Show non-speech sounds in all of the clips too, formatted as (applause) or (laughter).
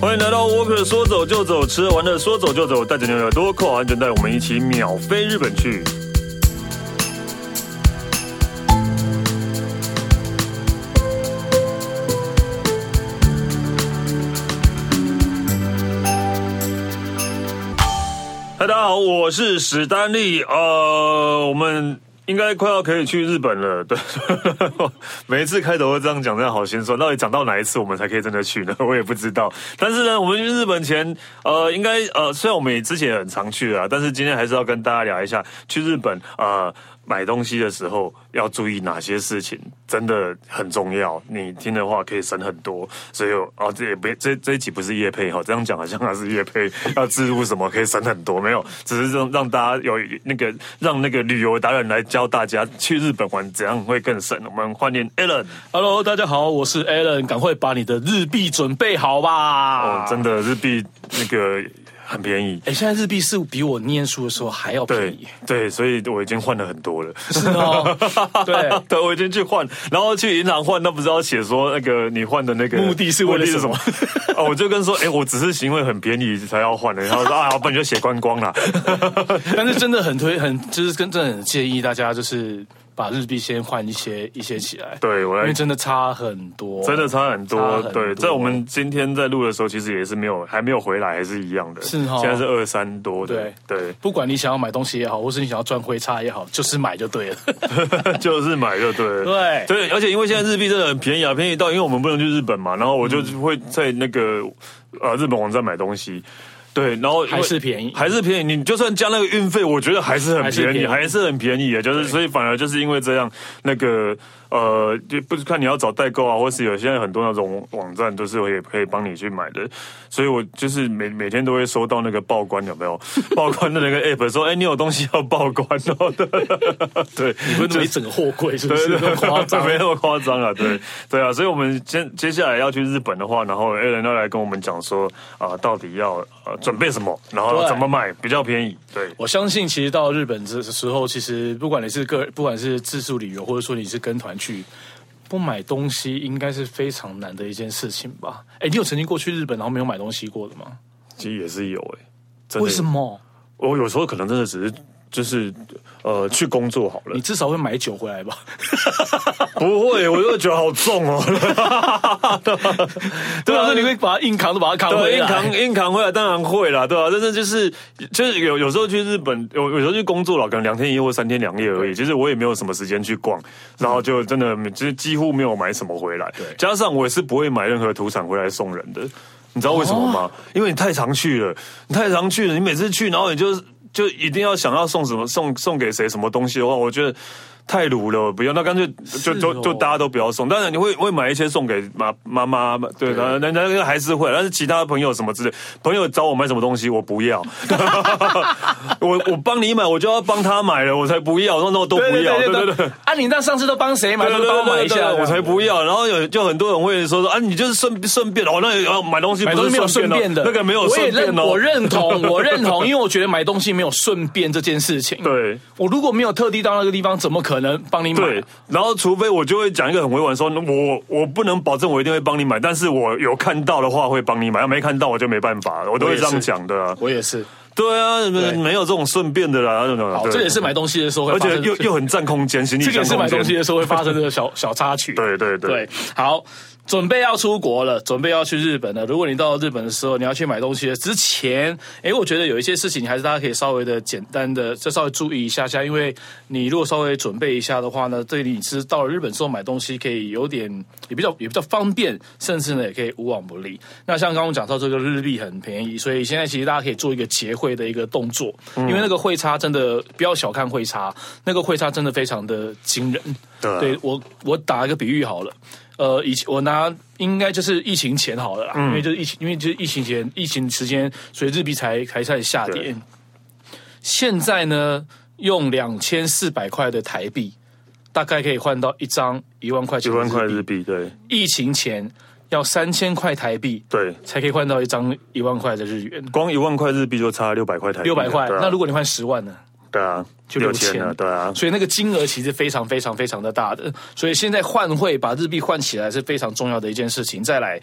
欢迎来到 Walker，说走就走，吃完了说走就走，带着你的耳朵扣好安全带，我们一起秒飞日本去。嗨，大家好，我是史丹利。呃，我们应该快要可以去日本了。对，每一次开头都这样讲，真的好心酸。到底讲到哪一次我们才可以真的去呢？我也不知道。但是呢，我们去日本前，呃，应该呃，虽然我们也之前也很常去啊，但是今天还是要跟大家聊一下去日本呃买东西的时候要注意哪些事情，真的很重要。你听的话可以省很多。所以我哦，这也别这这一集不是叶配哈、哦，这样讲好像它是叶配，要植入什么可以省很多，没有，只是让让大家有那个让那个旅游达人来教大家去日本玩怎样会更省。我们欢迎 Alan。 Hello，大家好，我是 Alan，赶快把你的日币准备好吧。哦，真的日币那个很便宜。哎、现在日币是比我念书的时候还要便对宜。对，所以我已经换了很多了。(laughs) 是哦对对，我已经去换，然后去银行换，那不知道写说那个你换的那个目的是为了什么目的是什 (laughs) 么？哦，我就跟 (laughs) 说，哎，我只是行为很便宜才要换的，然后说啊，要不然你就写观光啦。 (laughs) 但是真的很推， (laughs) 很就是跟真的很建议大家，就是把日币先换一些一些起来。对我来因为真的差很多，真的差很多，差很对，多在我们今天在录的时候，其实也是没有，还没有回来，还是一样的，是哦现在是二三多的，对不管你想要买东西也好，或是你想要赚汇差也好，就是买 (laughs) 就对了。就是买就对了，对对，而且因为现在日币真的很便宜啊，便宜到因为我们不能去日本嘛，然后我就嗯会在那个、呃日本网站买东西。对，然后因为还是便宜还是便宜。你就算加那个运费，我觉得还是很还是便宜，便宜还是很便宜啊。就是所以反而就是因为这样，那个呃，就不是看你要找代购啊，或是有现在很多那种网站都是也可以帮你去买的。所以我就是每每天都会收到那个报关有没 (laughs) 有报关的那个 app 说，哎，你有东西要报关哦。 (laughs) 对，你会那么一整个货柜是不对是？对，，那么夸 (laughs) 张没那么夸张啊，对对啊，所以我们接接下来要去日本的话，然后 Alan 要来跟我们讲说啊、到底要呃准备什么，然后对怎么买比较便宜，对我相信，其实到日本这时候，其实不管你是个，不管是自助旅游，或者说你是跟团去，不买东西应该是非常难的一件事情吧？哎，你有曾经过去日本然后没有买东西过的吗？其实也是有欸哎、真的为什？么？我有时候可能真的只是。就是，呃，去工作好了你，至少会买酒回来 (laughs) 吧？不会，我就觉得好重哦。对啊啊，所以你会把它硬扛都把它扛对，回硬来。扛硬扛回来当然会啦，对啊，但是就是就是有有时候去日本，有有时候去工作了，可能两天一夜或三天两夜而已。其实我也没有什么时间去逛，然后就真的就是几乎没有买什么回来。对加上我也是不会买任何土产回来送人的，你知道为什么吗？因为你太常去了，你太常去了，你每次去，然后你就就一定要想要送什么送送给谁什么东西的话，我觉得。太鲁了，不要，那干脆就就就哦就大家都不要送。当然你会会买一些送给妈妈妈，对，然后那那个还是会，但是其他朋友什么之类，朋友找我买什么东西，我不要。 (laughs) 我我帮你买，我就要帮他买了，我才不要，那那我都不要，对对对。啊，你那上次都帮谁买？对都帮我买一对下，我才不要。然后有就很多人会说说啊，你就是顺顺便哦，那要买东西买不东是西没有顺便哦的，那个没有我也顺认便哦。我认同，我 (laughs) 认同，因为我觉得买东西没有顺便这件事情。对，我如果没有特地到那个地方，怎么可能帮你买？对，然后除非我就会讲一个很委婉说，我我不能保证我一定会帮你买，但是我有看到的话会帮你买，要没看到我就没办法，我都会这样讲的、啊。我也是。对啊，没有这种顺便的啦，那种。好，对哦这也是买东西的时候会而发且生的又又很占空间，行李这箱个也是买空间东西的时候会发生的小小插曲。 (laughs) 对对对对，好，准备要出国了，准备要去日本了。如果你到日本的时候，你要去买东西了之前，诶，我觉得有一些事情还是大家可以稍微的简单的再稍微注意一下下，因为你如果稍微准备一下的话呢，对你是到了日本之后买东西可以有点也比较也比较方便，甚至呢也可以无往不利。那像刚刚我讲到这个日币很便宜，所以现在其实大家可以做一个结汇的一个动作，嗯因为那个汇差真的不要小看汇差，那个汇差真的非常的惊人。对啊对我我打一个比喻好了，呃，以前我拿应该就是疫情前好了啦，嗯因为就是疫情，因为就是疫情前疫情时间，所以日币才才开始下跌对。现在呢，用两千四百块的台币，大概可以换到一张一万块一钱的万日块币。日币，对疫情前要三千块台币对，才可以换到一张一万块的日元，光一万块日币就差六百块台币了，嗯六百块。对啊那如果你换十万呢？对啊，就六6000千了，对啊，所以那个金额其实非常非常非常的大的，所以现在换汇把日币换起来是非常重要的一件事情。再来，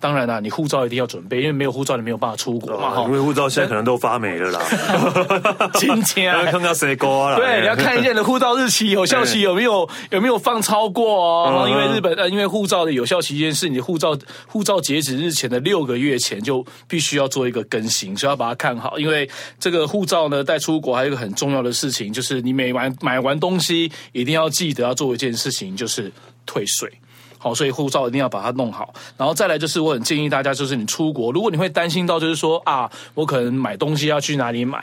当然啦、你护照一定要准备，因为没有护照你没有办法出国嘛。哈啊因为护照现在可能都发霉 (laughs) 了啦，今天啊 (laughs) 要看看谁勾啦。对，你要看一下你的护照日期、有效期有没有有没有放超过哦。嗯因为日本呃，因为护照的有效期间是你的护照护照截止日前的六个月前就必须要做一个更新，所以要把它看好。因为这个护照呢，带出国还有一个很重要的事情，就是你每完买完东西一定要记得要做一件事情，就是退税。好，所以护照一定要把它弄好。然后再来就是，我很建议大家，就是你出国，如果你会担心到，就是说啊，我可能买东西要去哪里买，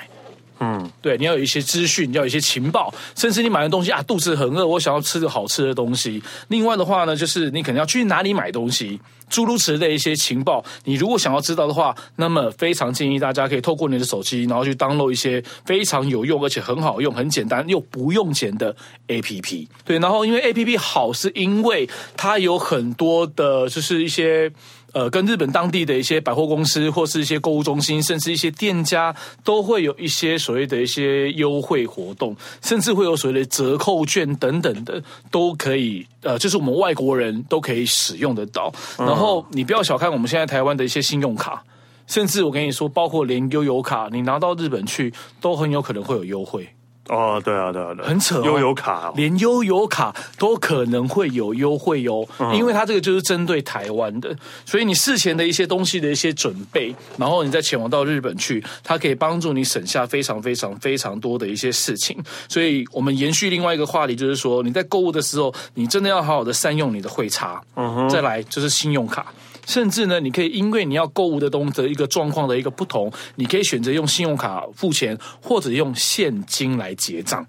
对，你要有一些资讯，要有一些情报，甚至你买的东西啊，肚子很饿，我想要吃个好吃的东西。另外的话呢，就是你可能要去哪里买东西，诸如此类的一些情报，你如果想要知道的话，那么非常建议大家可以透过你的手机，然后去 download 一些非常有用而且很好用、很简单又不用钱的 APP。对，然后因为 APP 好，是因为它有很多的，就是一些。呃，跟日本当地的一些百货公司或是一些购物中心，甚至一些店家，都会有一些所谓的一些优惠活动，甚至会有所谓的折扣券等等的，都可以。呃，就是我们外国人都可以使用得到。然后你不要小看我们现在台湾的一些信用卡，甚至我跟你说，包括连悠游卡，你拿到日本去，都很有可能会有优惠。哦，对啊，对啊，对啊，很扯哦悠游卡哦，连悠游卡都可能会有优惠哦，因为它这个就是针对台湾的，所以你事前的一些东西的一些准备，然后你再前往到日本去，它可以帮助你省下非常非常非常多的一些事情。所以我们延续另外一个话题，就是说你在购物的时候，你真的要好好的善用你的汇差，再来就是信用卡。甚至呢，你可以因为你要购物的东的一个状况的一个不同，你可以选择用信用卡付钱，或者用现金来结账。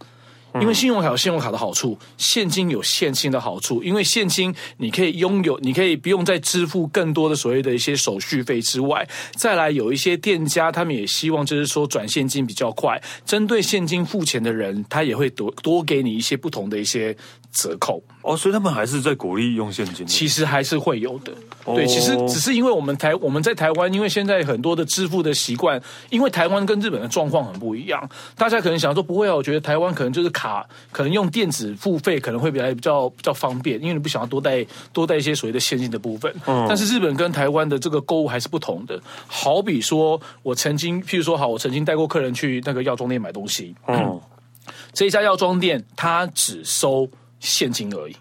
因为信用卡有信用卡的好处，现金有现金的好处。因为现金你可以拥有，你可以不用再支付更多的所谓的一些手续费之外，再来有一些店家他们也希望就是说转现金比较快，针对现金付钱的人，他也会多多给你一些不同的一些折扣。哦，所以他们还是在鼓励用现金的。其实还是会有的。对，其实只是因为我们台我们在台湾，因为现在很多的支付的习惯，因为台湾跟日本的状况很不一样，大家可能想说不会啊，我觉得台湾可能就是卡，可能用电子付费可能会比较比较比较方便，因为你不想要多带多带一些所谓的现金的部分。但是日本跟台湾的这个购物还是不同的，好比说我曾经，譬如说好，我曾经带过客人去那个药妆店买东西，嗯，这一家药妆店它只收现金而已，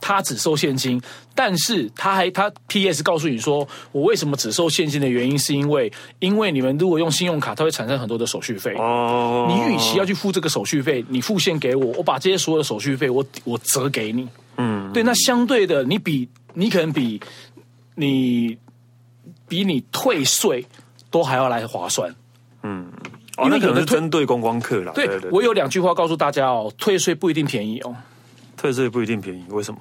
它只收现金，但是它还它 P.S. 告诉你说，我为什么只收现金的原因是因为，因为你们如果用信用卡，它会产生很多的手续费。哦，你与其要去付这个手续费，你付现给我，我把这些所有的手续费我我折给你。嗯，对，那相对的，你比你可能比你比你退税都还要来划算。哦，因为那可有能的是退针对观光客啦。对对对，我有两句话告诉大家哦，退税不一定便宜哦。退税不一定便宜，为什么？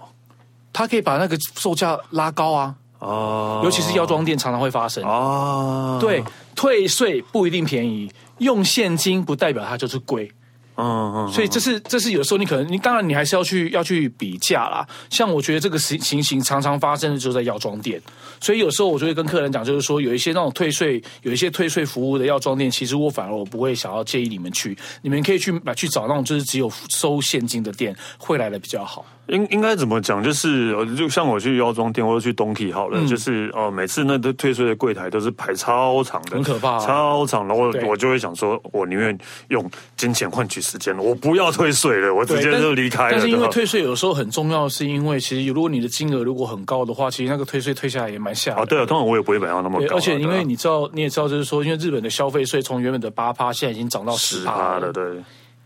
它可以把那个售价拉高啊，哦，尤其是药妆店常常会发生。啊，对，退税不一定便宜，用现金不代表它就是贵。嗯，嗯所以这是这是有时候你可能你当然你还是要去要去比价啦。像我觉得这个情情形常常发生的就是在药妆店，所以有时候我就会跟客人讲，就是说有一些那种退税有一些退税服务的药妆店，其实我反而我不会想要建议你们去，你们可以去买去找那种就是只有收现金的店，会来的比较好。应应该怎么讲？就是呃就像我去药妆店或者去 Donkey 好嗯了，就是哦、呃每次那都退税的柜台都是排超长的，很可怕啊超长。然后对我我就会想说，我宁愿用金钱换取时间，我不要退税了，我直对接但就离开了。但是因为对吧退税有时候很重要，是因为其实如果你的金额如果很高的话，其实那个退税退下来也蛮吓人的啊，对啊，通常我也不会买到那么对高啊，而且因对啊为你知道，你也知道，就是说，因为日本的消费税从原本的八趴，现在已经涨到十十趴趴的，，了对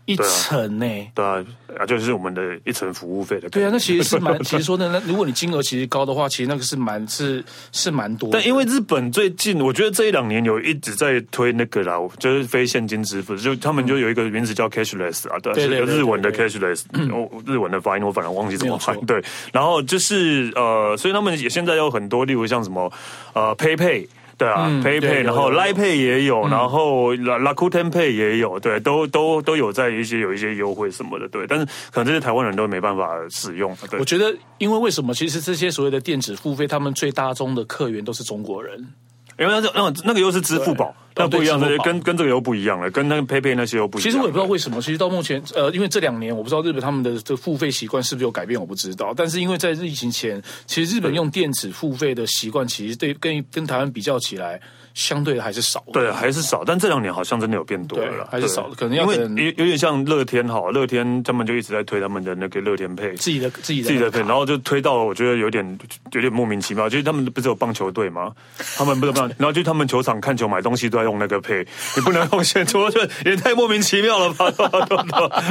一对啊层呢。对啊，啊就是我们的一层服务费的。对啊，那其实是蛮， (laughs) 其实说真的，那如果你金额其实高的话，其实那个是蛮是是蛮多的。但因为日本最近，我觉得这一两年有一直在推那个啦，就是非现金支付，就他们就有一个名词叫 cashless 啊，对啊，对是对一个对日文的对嗯 cashless，我日文的发音我反而忘记怎么发没音。有对，然后就是呃，所以他们也现在有很多，例如像什么呃 PayPay。对啊、嗯 p a y 对 p a y 有然后有有嗯 Line Pay 也有，然后 Rakuten Pay 也有，对，都都都有在一些有一些优惠什么的，对，但是可能这些台湾人都没办法使用，对我，觉得，因为为什么？其实这些所谓的电子付费，他们最大宗的客源都是中国人。因为那那那个又是支付宝，那不一样，对这吃不饱跟跟这个又不一样了，跟那个佩佩那些又不一样。其实我也不知道为什么，其实到目前，呃，因为这两年我不知道日本他们的这付费习惯是不是有改变，我不知道。但是因为在疫情前，其实日本用电子付费的习惯，其实对跟跟台湾比较起来，相对的还是少的。对，还是少，但这两年好像真的有变多了啦对，还是少对可能要因为等有有点像乐天好，乐天他们就一直在推他们的那个乐天配。自己的自己的自己的卡配，然后就推到我觉得有点有点莫名其妙，就是他们不是有棒球队吗？他们不是棒， (laughs) 然后去他们球场看球买东西都要用那个配，你不能用现 (laughs) 金，我觉得也太莫名其妙了吧？ (laughs) 对啊对啊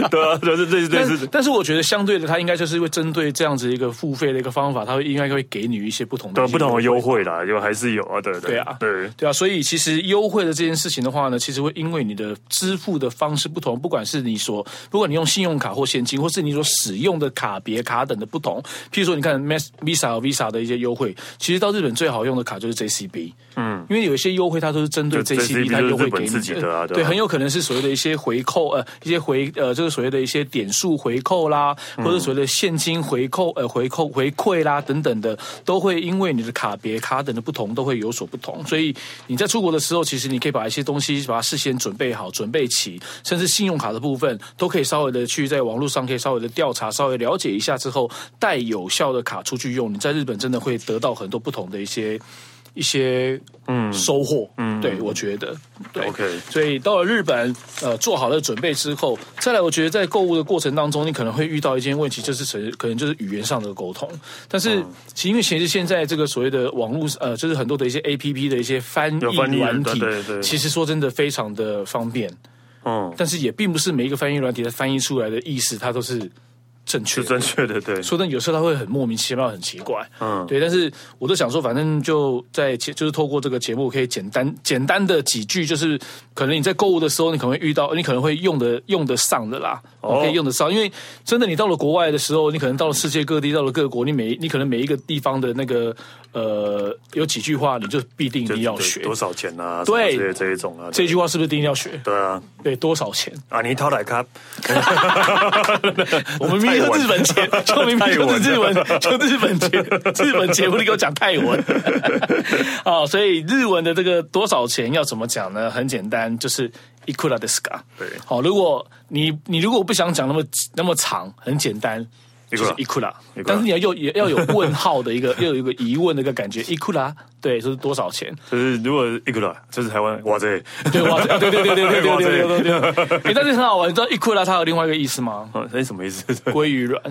对啊，对啊这这但这是是但是我觉得相对的，它应该就是会针对这样子一个付费的一个方法，它会应该会给你一些不同的对啊一些不同的优惠啦，有还是有啊，对对啊对。对啊，所以其实优惠的这件事情的话呢，其实会因为你的支付的方式不同，不管是你所，不管你用信用卡或现金，或是你所使用的卡别卡等的不同，譬如说你看 Mas- Visa 和 Visa 的一些优惠，其实到日本最好用的卡就是 JCB，嗯，因为有一些优惠它都是针对就 JCB， JCB 它优就是惠日给本你自己的啊呃对啊对，很有可能是所谓的一些回扣，呃，一些回呃，就是所谓的一些点数回扣啦，或者嗯所谓的现金回扣，呃，回扣回馈啦等等的，都会因为你的卡别卡等的不同，都会有所不同。所以你在出国的时候，其实你可以把一些东西把它事先准备好、准备齐，甚至信用卡的部分都可以稍微的去在网络上可以稍微的调查、稍微了解一下之后，带有效的卡出去用，你在日本真的会得到很多不同的一些。一些嗯收获，嗯，对我觉得，对 OK 所以到了日本，呃，做好了准备之后，再来，我觉得在购物的过程当中，你可能会遇到一件问题，就是可可能就是语言上的沟通。但嗯是，其实因为其实现在这个所谓的网络，呃，就是很多的一些 A P P 的一些翻译有翻译的软体，对对对其实说真的非常的方便，嗯，但是也并不是每一个翻译软体它翻译出来的意思，它都是正确是的。正确的，对，说真的，有时候他会很莫名其妙，很奇怪。嗯嗯，对。但是我都想说，反正就在节就是透过这个节目，可以简单简单的几句，就是可能你在购物的时候，你可能会遇到，你可能会用的用得上的啦，哦可以用得上。因为真的，你到了国外的时候，你可能到了世界各地，到了各国，你每你可能每一个地方的那个呃，有几句话，你就必定一定要对学。多少钱啊？对什么之类这一种啊，这对句话是不是一定要学？对啊，对，多少钱？啊，你掏来卡， (laughs) 我们明明就日本节，就明明就是日文，就日本节， (laughs) 日本节目你给我讲泰文。 (laughs) 哦，所以日文的这个多少钱要怎么讲呢？很简单，就是いくらですか。对好、如果你你如果不想讲那么那么长，很简单。就是いいくくらいくら，但是你要有也要有问号的一 (laughs) 个，要有一个疑问的一个感觉。いくら，对，就是多少钱？就是如果一个啦，就是台湾哇这， (laughs) 对，哇塞，啊对对对对对对对对对哇对。诶但是很好玩，你知道いくら它有另外一个意思吗？哦，那什么意思？ (laughs) 鲑鱼卵。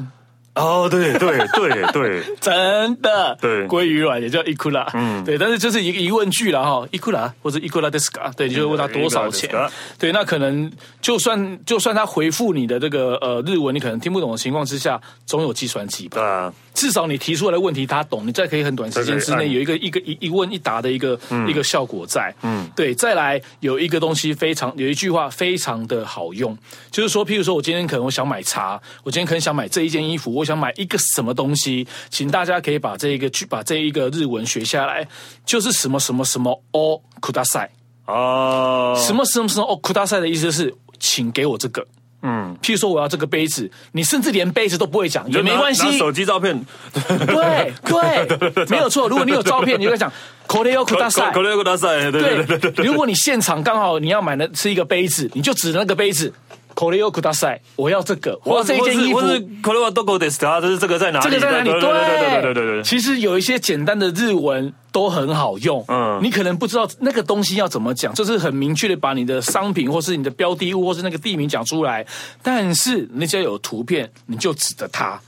哦，对对对对， (laughs) 真的，对鲑鱼卵也叫伊库拉，嗯，对，但是就是一个疑问句了哈，伊库拉或者伊库拉 deska，对，你就会问他多少钱いくらですか，对，那可能就算就算他回复你的这个呃日文，你可能听不懂的情况之下，总有计算机吧，对啊， (laughs) 至少你提出来的问题他懂，你再可以很短时间之哎内有一个一个一一问一答的一个、一个效果在。嗯，对，再来有一个东西非常有一句话非常的好用，就是说，譬如说我今天可能我想买茶，我今天可能想买这一件衣服，我想买一个什么东西，请大家可以把这一个去把这一个日文学下来，就是什么什么什么哦ください，哦，什么什么什么哦ください的意思就是请给我这个。嗯，譬如说我要这个杯子，你甚至连杯子都不会讲也就拿没关系，拿手机照 (laughs) 片，对对，没有错。如果你有照片，你就会讲 “koreo k u d a s (laughs) 可能有大赛，对对对对对，如果你现场刚好你要买的是一个杯子，你就指那个杯子 “koreo k u d a s 我要这个，我要这一件衣服或。是可能有多狗的 star，就是这个在哪里？这个在哪里？对对对对对对，其实有一些简单的日文都很好用。嗯嗯，你可能不知道那个东西要怎么讲，就是很明确的把你的商品或是你的标的物或是那个地名讲出来。但是你只要有图片，你就指着它。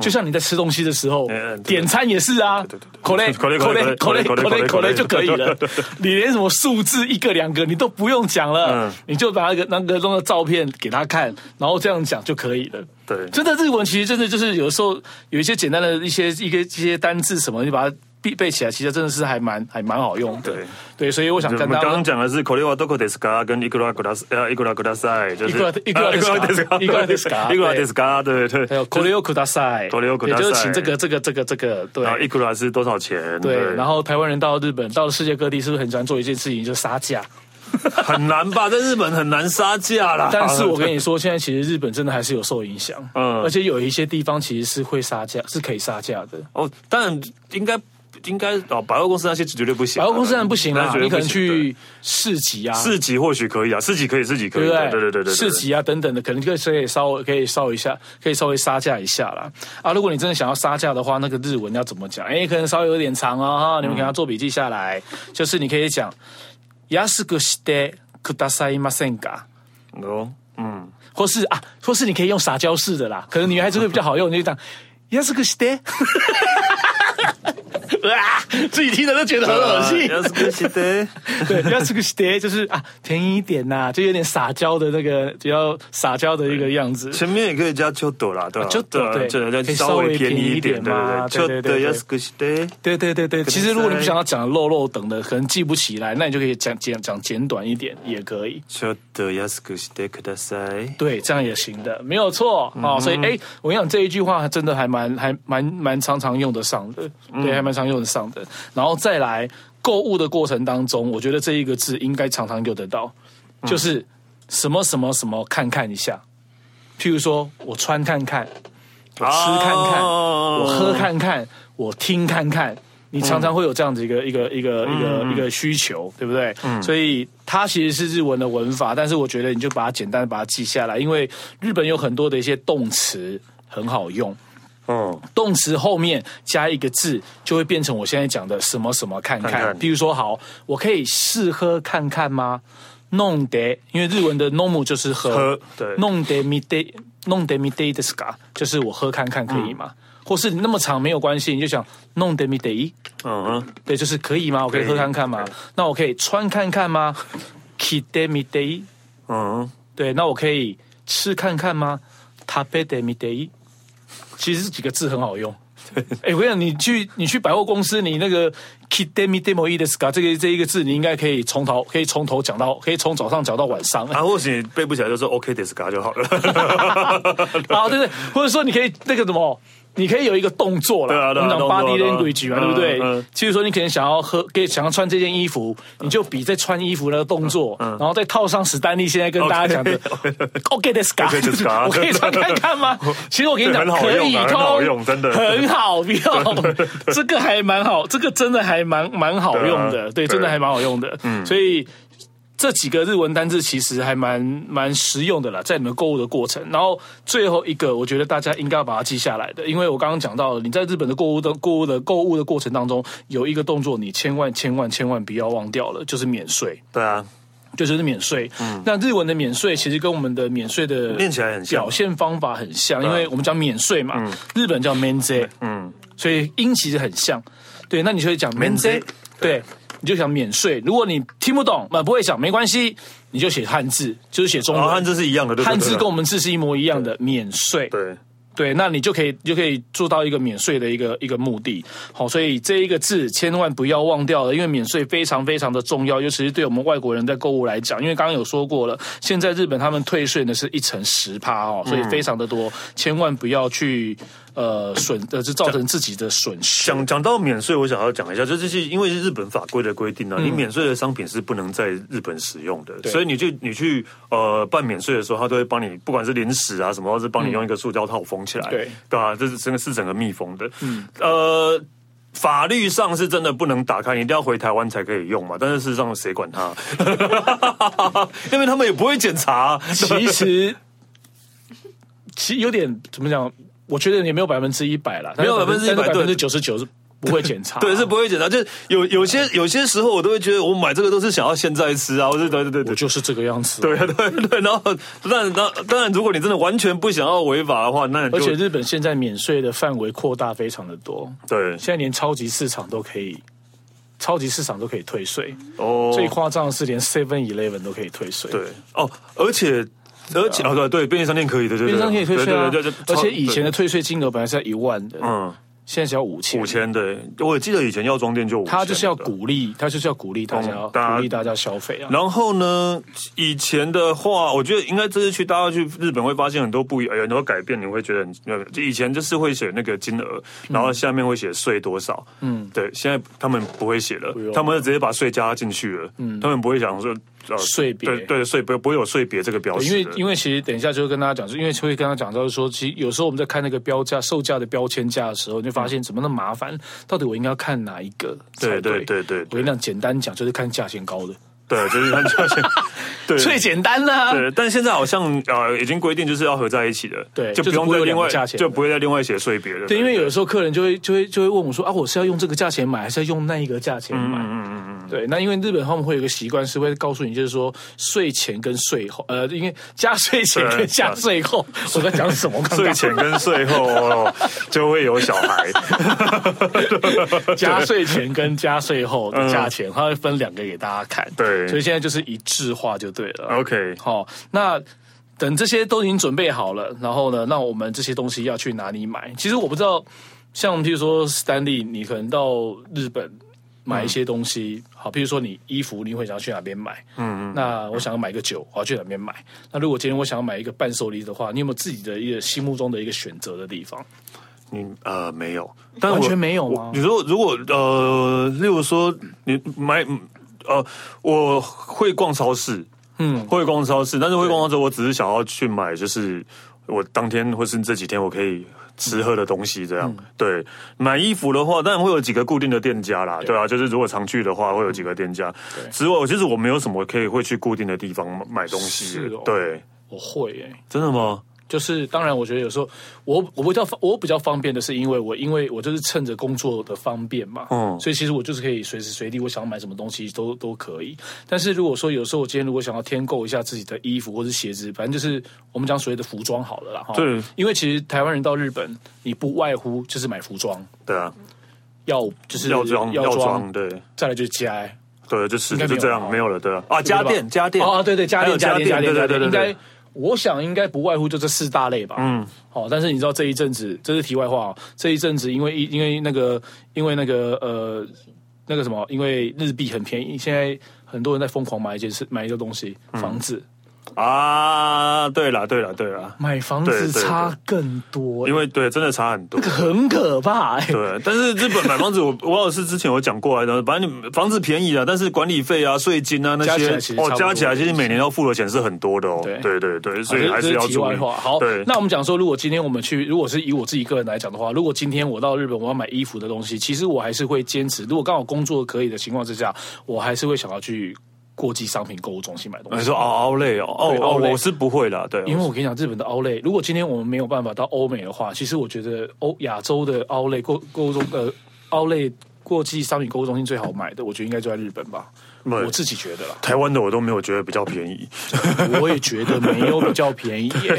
就像你在吃东西的时候嗯嗯，对点餐也是啊对对对口对类口口令类口口令类口口类口令类口类就可以对对了对。你连什么数字一个两个你都不用讲了嗯，你就把那个那个那个照片给他看，然后这样讲就可以了。对真的日文其实真的就是有时候有一些简单的一些一个一些单字什么，你把它背背起来，其实真的是还蛮还蛮好用的。对对，所以我想我跟们大刚家刚。讲的是可能有多狗的 star 跟一个大赛，呃，一个大赛就是 (laughs) 一个大赛，对对还有 k o r e o k u d a s a i これをください就是请这个这个这个这个，对然后一个大是多少钱？对。然后台湾人到日本，到了世界各地，是不是很喜欢做一件事情，就是杀 (laughs) 价？很难 (laughs) 吧，在日本很难杀价啦。但是我 (laughs) 跟你说，现在其实日本真的还是有受影响，嗯嗯，而且有一些地方其实是会杀价，是可以杀价的。哦，当然应该应该哦，百货公司那些绝对不行啊，百货公司当然不行那啦绝，对你可不能行对去市集啊，市集或许可以啊，市集可以，市集可以，对不对？对对对对，市集啊等等的，可能可以可以稍微可以稍微一下，可以稍微杀价一下啦。啊，如果你真的想要杀价的话，那个日文要怎么讲？哎，可能稍微有点长哦，哈，你们给他做笔记下来，就是你可以讲“安くしてくださいませんか”。哦，嗯，或是啊，或是你可以用撒娇式的啦，可能女孩子会比较好用，你就讲 yes g s t 啊，自己听着都觉得很恶心。啊要是可惜的， (laughs) 对，yes g s t 就是啊，便宜一点呐、就有点撒娇的那个，比较撒娇的一个样子。前面也可以加秋朵啦，对吧？秋朵啊对对，可要以稍稍微微便宜便宜一一点，点对嘛对对对对，对要对是可惜的， (laughs) 对对对对，能其实如果你在不想要讲肉肉等的，可能记不起来，那你就可以讲简讲简短一点也可以。秋朵要是可惜的，可得塞。对，这样也行的，没有错哦。所以，哎，我跟你讲这一句话真的还蛮还蛮蛮常常用得上的，对，还蛮常用得上的。然后再来购物的过程当中，我觉得这一个字应该常常用得到，就是什么什么什么看看一下。譬如说我穿看看，我吃看看，哦我喝看看，我听看看。你常常会有这样子一个、一个一个一个一个需求，对不对？所以它其实是日文的文法，但是我觉得你就把它简单地把它记下来，因为日本有很多的一些动词很好用，嗯，动词后面加一个字，就会变成我现在讲的什么什么看看。看看比如说，好，我可以试喝看看吗？弄得，因为日文的 nom 就是喝，喝对弄得 m i d 弄得 m i d 的 s a 就是我喝看看可以吗？或是你那么长没有关系，你就想弄得 m i d 嗯哼，对，就是可以吗？我可以可以喝看看吗？那我可以穿看看吗 k i d e m i d 嗯对，那我可以吃看看吗？食べてみて。其实这几个字很好用。哎、我跟你讲，你去你去百货公司，你那个 “kidemi demo i d e s k a 这个这一个字，你应该可以从头可以从头讲到，可以从早上讲到晚上。啊，或许你背不起来就说 OK d i s c a 就好了。 (laughs) 啊，对对，或者说你可以那个什么，你可以有一个动作对啦，啊我对啊们讲动作 body 对啊 language 嘛，嗯对不对嗯？譬如说你可能想要喝，可以想要穿这件衣服，你就比在穿衣服那个动作，然后再套上史丹利现在跟大家讲的 OK 的 s c a OK ですか我可以穿看看吗？其实我跟你讲，很好可以用啊很好用通真的很 (laughs) 好用，这个还蛮好，这个真的还蛮蛮好用对的啊，对对，嗯真的还蛮好用的，所以。这几个日文单字其实还蛮蛮实用的啦，在你们购物的过程。然后最后一个，我觉得大家应该要把它记下来的，因为我刚刚讲到了，你在日本的购物的购物的购物的过程当中，有一个动作你千万千万千万不要忘掉了，就是免税，对啊，就是免税。那日文的免税其实跟我们的免税的嗯念起来很像啊嗯表现方法很像，因为我们讲免税嘛，日本叫 menze，嗯，所以音其实很像。对，那你就会讲 menze， menze，对，你就想免税。如果你听不懂，呃，不会讲没关系，你就写汉字，就是写中然文。后哦汉字是一样的，对不对汉字跟我们字是一模一样的，免税。对，对，那你就可以就可以做到一个免税的一个一个目的。好，所以这一个字千万不要忘掉了，因为免税非常非常的重要，尤其是对我们外国人在购物来讲。因为刚刚有说过了，现在日本他们退税呢是一成十趴哦，所以非常的多，千万不要去呃损呃，就造成自己的损失。讲讲到免税，我想要讲一下，就是是因为是日本法规的规定啊，你免税的商品是不能在日本使用的，所以你去你去呃办免税的时候，他都会帮你，不管是零食啊什么，或是帮你用一个塑胶套封起来，对对啊，这是整个是整个密封的，呃。法律上是真的不能打开，你一定要回台湾才可以用嘛。但是事实上谁管他？ (laughs) 因为他们也不会检查。 (laughs) 啊其实， (laughs) 其实有点怎么讲？我觉得也没有百分之一百啦，没有100%百对分之九十九是不会检查。对，是不会检查。就是有有些有些时候，我都会觉得我买这个都是想要现在吃啊，或者对对对我对。就是这个样子。啊对对对，啊然后但当当然，如果你真的完全不想要违法的话，那你就而且日本现在免税的范围扩大非常的多，对现在连超级市场都可以，超级市场都可以退税。哦，最夸张的是连 Seven Eleven 都可以退税。对。哦，而且而且哦对对，便利商店可以的，对对对电啊商可以退税啊对对对，，对而且以前的退税金额本来是在一万的，嗯现在只要五千五。千对，我也记得以前药妆店就五千，他就是要对鼓励，他就是要鼓励大家，嗯大家鼓励大家消费啊。然后呢，以前的话，我觉得应该这次去大家去日本会发现很多不一，有很多改变，你会觉得很呃，就以前就是会写那个金额，然后下面会写税多少，嗯嗯，对，现在他们不会写了用，他们直接把税加进去了，嗯，他们不会想说呃税别对对税不不会有税别这个标识因的，为因为其实等一下就会跟大家讲，是因为会跟他讲到说，其实有时候我们在看那个标价、售价的标签价的时候，你就发现怎么那么麻烦，到底我应该要看哪一个才对对对对我跟你讲，简单讲就是看价钱高的，对就是它价 (laughs) 钱对最简单啦、对，但现在好像呃已经规定就是要合在一起的，对就不就是用不会再有另两个外价钱就的不会再另外写税别了。对，因为有的时候客人就会就会就会问我说啊，我是要用这个价钱买，还是要用那一个价钱买？嗯嗯嗯。对，那因为日本他们会有一个习惯，是会告诉你，就是说税前跟税后，呃，因为加税前对跟加对税后，我在讲什么？刚刚税前跟税后、哦、就会有小孩，加税前跟加税后的价钱，它会分两个给大家看。对所以现在就是一致化就对了。 OK，好、那等这些都已经准备好了，然后呢，那我们这些东西要去哪里买？其实我不知道，像譬如说 Stanley，你可能到日本买一些东西，好，譬如说你衣服，你会想要去哪边买？嗯嗯。那我想要买个酒，我要去哪边买？那如果今天我想要买一个伴手礼的话，你有没有自己的一个心目中的一个选择的地方？你呃没有，但完我全没有吗我你说如果呃，例如说你买嗯呃，我会逛超市，嗯，会逛超市，但是会逛超市，我只是想要去买，就是我当天或是这几天我可以。吃喝的东西这嗯样，对，买衣服的话，当然会有几个固定的店家啦，对啊，就是如果常去的话，会有嗯几个店家。之外，其实我没有什么可以会去固定的地方买东西的，是哦对，我会欸诶、真的吗？就是当然，我觉得有时候我我比较方我比较方便的是，因为我因为我就是趁着工作的方便嘛，嗯所以其实我就是可以随时随地我想要买什么东西都都可以。但是如果说有时候我今天如果想要添购一下自己的衣服或是鞋子，反正就是我们讲所谓的服装好了啦，哈对因为其实台湾人到日本，你不外乎就是买服装，对啊，要就是药妆药药妆，对，再来就是家。对，就吃应该没就有哦这样，吧没有了，对啊，啊，家电家电，哦，对对，家还电有家电家对电对家对电，对，应对该我想应该不外乎就这四大类吧。嗯，好，但是你知道这一阵子，这是题外话哦，这一阵子因为因因为那个因为那个呃那个什么，因为日币很便宜，现在很多人在疯狂买一件事，买一个东西，嗯房子，啊，对了对了对了，买房对子对对差更多，因为对真的差很多。很可怕、哎对，但是日本买房子，我我老师之前有讲过来的，反正你房子便宜啊，但是管理费啊、税金啊那加起些来其，实哦差，不多加起来其实每年要付的钱是很多的哦。对啊对对对，所这以是还是要题注外意。话。好对，，那我们讲说，如果今天我们去，如果是以我自己个人来讲的话，如果今天我到日本，我要买衣服的东西，其实我还是会坚持。如果刚好工作可以的情况之下，我还是会想要去国际商品购物中心买东你西。说熬熬累哦，哦对哦， outlet 我是不会啦，对，因为我跟你讲，日本的 Outlet，如果今天我们没有办法到欧美的话，其实我觉得欧亚洲的 Outlet 购购物中呃 Outlet 国际商品购物中心最好买的，我觉得应该就在日本吧。对我自己觉得啦。台湾的我都没有觉得比较便宜。 (laughs) 我也觉得没有比较便 (laughs) 宜耶、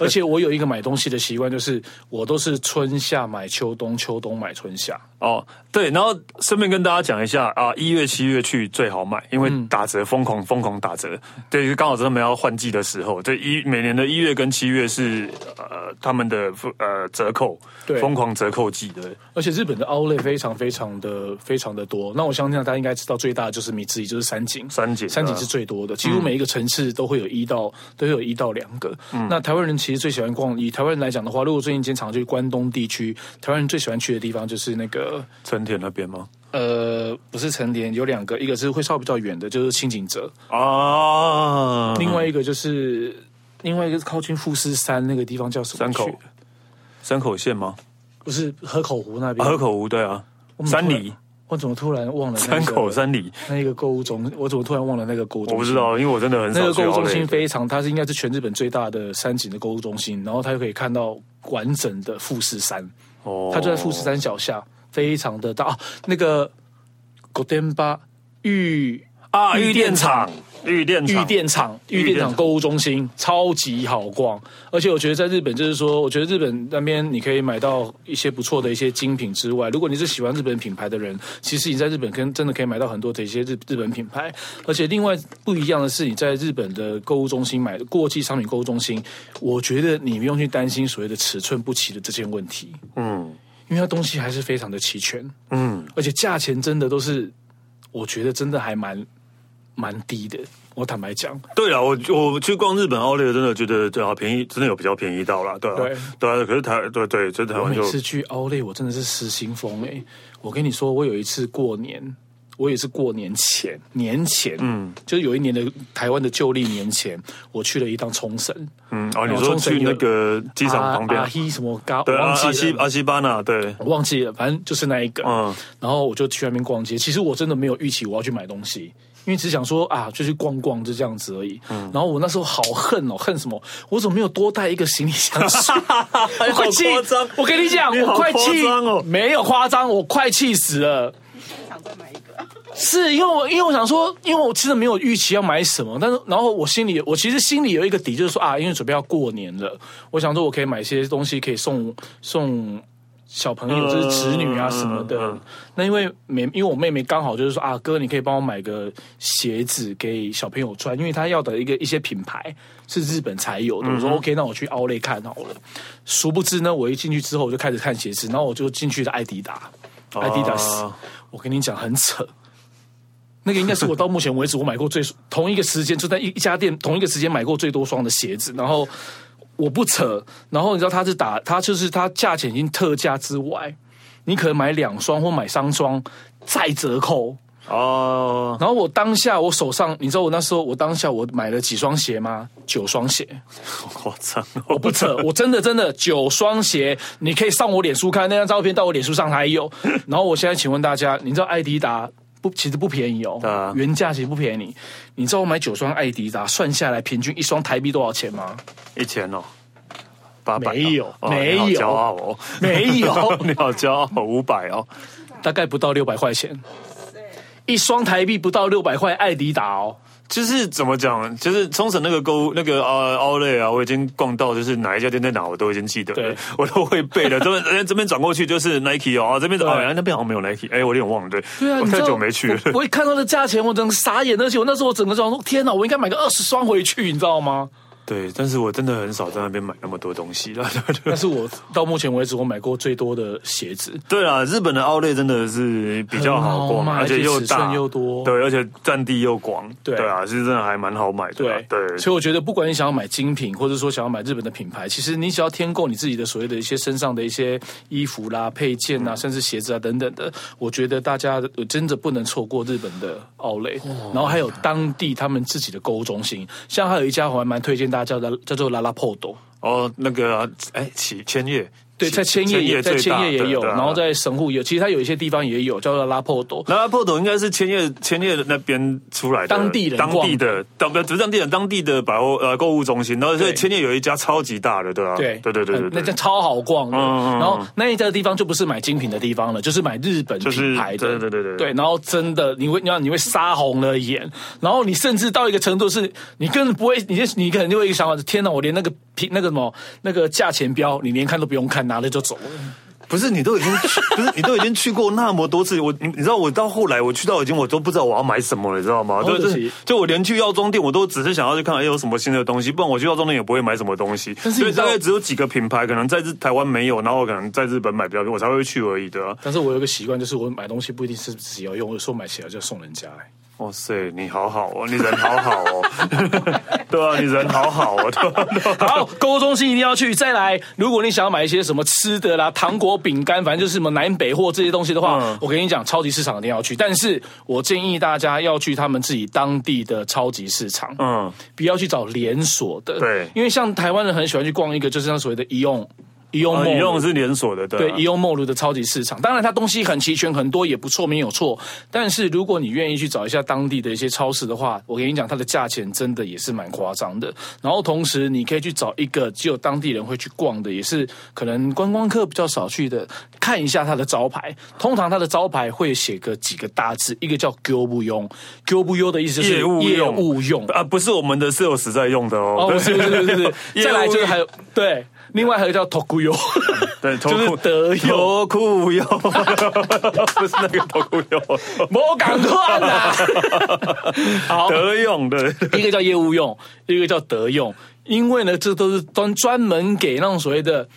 而且我有一个买东西的习惯，就是我都是春夏买秋冬，秋冬买春夏。哦，对，然后顺便跟大家讲一下啊，一月、七月去最好买，因为嗯打折疯狂疯狂打折，对，就刚好是他们要换季的时候，这一每年的一月跟七月是呃他们的呃折扣，对疯狂折扣季的，而且日本的 Outlet 非常非常的非常的多，那我相信大家应该知道最大的就是米之一，就是三井，嗯三井三井啊是最多的，几乎每一个城市都会有一到、都会有一到两个。那台湾人其实最喜欢逛，以台湾人来讲的话，如果最近经常去关东地区，台湾人最喜欢去的地方就是那个成田那边吗？呃，不是成田，有两个，一个是会稍微比较远的，就是清景泽，啊，另外一个就是另外一个是靠近富士山那个地方叫什么？山口山口县吗？不是河口湖那啊边。河口湖对啊，我怎山么突然里我怎么突然忘了、那山个口山里，那一个购物中？我怎么突然忘了那个购物中我心？不知。道，因为我真的很那少个去购物中 outlet 心非常，它是应该是全日本最大的山景的购物中心，然后它就可以看到完整的富士山，哦它就在富士山脚下，非常的大。啊、那个狗殿巴玉啊，御御殿电厂，御电玉厂，电厂、玉电厂购物中心超级好逛，而且我觉得在日本，就是说，我觉得日本那边你可以买到一些不错的一些精品之外，如果你是喜欢日本品牌的人，其实你在日本跟真的可以买到很多的一些日日本品牌，而且另外不一样的是，你在日本的购物中心买的国际商品购物中心，我觉得你不用去担心所谓的尺寸不齐的这件问题，嗯因为它东西还是非常的齐全，嗯，而且价钱真的都是，我觉得真的还蛮蛮低的，我坦白讲。对了，我我去逛日本奥莱，真的觉得对啊，便宜真的有比较便宜到啦，对啊，对对啊，可是台对对，这台我湾每就欸次去 o l 我真的是失心疯哎、我跟你说，我有一次过年，我也是过年前，年前，嗯，就是有一年的台湾的旧历年前，我去了一趟冲绳，嗯，哦，你哦说冲绳去有那个机场旁边阿，希什么嘎，对，阿忘记阿西了。阿西巴纳，对，我忘记了，反正就是那一个。嗯然后我就去那边逛街。其实我真的没有预期我要去买东西，因为只想说啊，就去逛逛，就这样子而已。嗯然后我那时候好恨哦，恨什么？我怎么没有多带一个行李 (laughs) 箱去？我快你气好夸张！我跟你讲，你好我快气夸张哦没有夸张，我快气死了。想再买一个，是因为我因为我想说，因为我其实没有预期要买什么，但是然后我心里我其实心里有一个底，就是说啊，因为准备要过年了，我想说我可以买一些东西可以送送小朋友，嗯就是侄女啊什么的。嗯嗯那因为妹因为我妹妹刚好就是说啊，哥，你可以帮我买个鞋子给小朋友穿，因为她要的一个一些品牌是日本才有的。我说嗯 OK，那我去奥莱看好了。殊不知呢，我一进去之后我就开始看鞋子，然后我就进去了艾迪达，艾迪达斯。啊我跟你讲，很扯。那个应该是我到目前为止我买过最同一个时间就在一一家店同一个时间买过最多双的鞋子，然后我不扯，然后你知道他是打他就是他价钱已经特价之外，你可能买两双或买三双再折扣，哦， (laughs) 然后我当下我手上你知道我那时候我当下我买了几双鞋吗？九双鞋。好夸张哦，我不扯，我真的真的九双鞋，你可以上我脸书看那张照片，到我脸书上还有。然后我现在请问大家，你知道艾迪达不其实不便宜哦，啊原价其实不便宜。你知道我买九双艾迪达算下来平均一双台币多少钱吗？一千哦，八百哦，没有哦没有你好骄傲哦，没有 (laughs) 你好骄傲，五百哦，大概不到六百块钱，对，一双台币不到六百块，艾迪达哦。就是怎么讲，就是冲绳那个购物那个呃奥莱啊，我已经逛到就是哪一家店在哪，我都已经记得了对， (laughs) 我都会背了。这 (laughs) 边哎这边转过去就是 Nike 哦，啊这边哦哎那边好像没有 Nike，哎，我有点忘了，对，对啊，我你知太道久没去了。我我一看到那价钱，我整个傻眼，而且我那时候我整个就想说，天哪，我应该买个二十双回去，你知道吗？ (laughs) 对，但是我真的很少在那边买那么多东西了。那是我到目前为止我买过最多的鞋子。 (laughs) 对啦，日本的奥莱真的是比较好很好逛，买而且又而且尺大寸又多对，而且占地又广，对啊，是真的还蛮好买的啊。对对，所以我觉得不管你想要买精品，或者说想要买日本的品牌，其实你只要添购你自己的所谓的一些身上的一些衣服啦、配件啦，甚至鞋子啊等等的，我觉得大家呃真的不能错过日本的奥莱，哦然后还有当地他们自己的购物中心，像还有一家我还蛮推荐大家的，叫做拉拉破斗。哦，那个啊哎，千千叶，对，在千叶也在最千大叶也有，对啊然后在神户也有，其实它有一些地方也有，叫做拉破斗。拉拉破斗应该是千叶千叶那边出来的，当地人当逛地的，当不不是当地人，当地的百货呃购物中心。然后所以对千叶有一家超级大的，对啊，对对对对对嗯那家对，超好逛嗯的。嗯嗯然后那一家地方就不是买精品的地方了，就是买日本就是品牌的。对对对对对，然后真的你会，你要你会杀红了眼，然后你甚至到一个程度是，你根本不会，你就你可能就会有一个想法是：天哪，我连那个品那个什么那个价钱标，你连看都不用看，拿了就走了。不是你都已经去，不是你都已经去过那么多次，我你你知道我到后来我去到已经我都不知道我要买什么了，你知道吗？哦对对不起对，就我连去药妆店我都只是想要去看哎有什么新的东西，不然我去药妆店也不会买什么东西。但是所你以知道大概只有几个品牌可能在日台湾没有，然后我可能在日本买比较多，我才会去而已的啊。但是我有一个习惯，就是我买东西不一定是自己要用，我有时候买起来就送人家、哎哇塞，你好好哦，你人好好 (laughs) 哦，对啊，你人好好哦，对啊对啊好，购物中心一定要去。再来，如果你想要买一些什么吃的啦、糖果、饼干，反正就是什么南北货这些东西的话，嗯我跟你讲，超级市场一定要去。但是我建议大家要去他们自己当地的超级市场，嗯。不要去找连锁的。对因为像台湾人很喜欢去逛一个，就是像所谓的医用。医用啊，梦、一用是连锁的，对嗯对啊、伊欧莫路的超级市场，当然它东西很齐全，很多也不错，没有错。但是如果你愿意去找一下当地的一些超市的话，我跟你讲，它的价钱真的也是蛮夸张的。然后同时你可以去找一个只有当地人会去逛的，也是可能观光客比较少去的，看一下它的招牌。通常它的招牌会写个几个大字，一个叫 g o b u y o n g o b u y o 的意思就是业务业用 (laughs) 务用啊，不是我们的 sales 在用的哦，哦，对是不是是不 (laughs) 是是不是？业再务来就是还有对，另外还有叫 Tokuyo， (laughs) 对， (laughs) 就是德用。油库 (laughs) 油，不是那个头库油，我赶快 (laughs) 啦！好，德用的，一个叫业务用，一个叫德用，因为呢，这都是专专门给那种所谓的。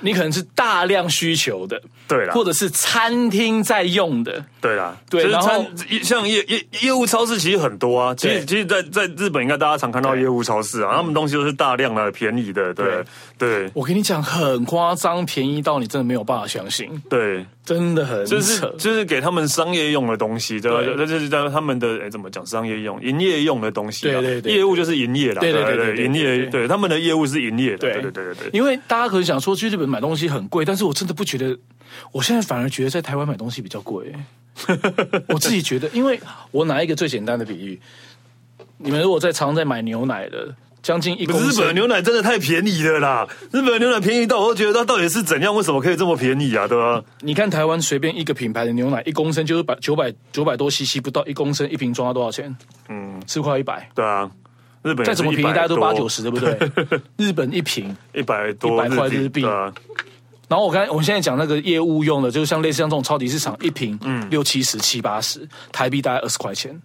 你可能是大量需求的，对啦或者是餐厅在用的，对啦，对就是然后餐像业业业务超市其实很多啊，其实对其实在在日本应该大家常看到对嗯业务超市啊，他们东西都是大量的、便宜的，对对我跟你讲，很夸张，便宜到你真的没有办法相信，对，真的很扯。就是就是给他们商业用的东西，对吧？对这就是在他们的哎怎么讲商业用、营业用的东西啊，对对对业务就是营业啦，对对对对对营业对对他们的业务是营业的，对对对对对对，因为大家可能想说去日本买东西很贵，但是我真的不觉得，我现在反而觉得在台湾买东西比较贵。 (laughs) 我自己觉得，因为我拿一个最简单的比喻，你们如果在常在买牛奶的，将近一公日本的升，牛奶真的太便宜了啦！日本的牛奶便宜到我都觉得它到底是怎样，为什么可以这么便宜啊？对吧、你看台湾随便一个品牌的牛奶，一公升就是百九百九百多 CC 不到，一公升一瓶装要多少钱？嗯，四块一百。对啊，日本再怎么是便宜， 100大家都八多九十，对 (laughs) 不对？日本一瓶，一百多100块日币对啊，然后我刚才我现在讲那个业务用的，就是像类似像这种超级市场，一瓶嗯六七十、七八十台币，大概二十块钱。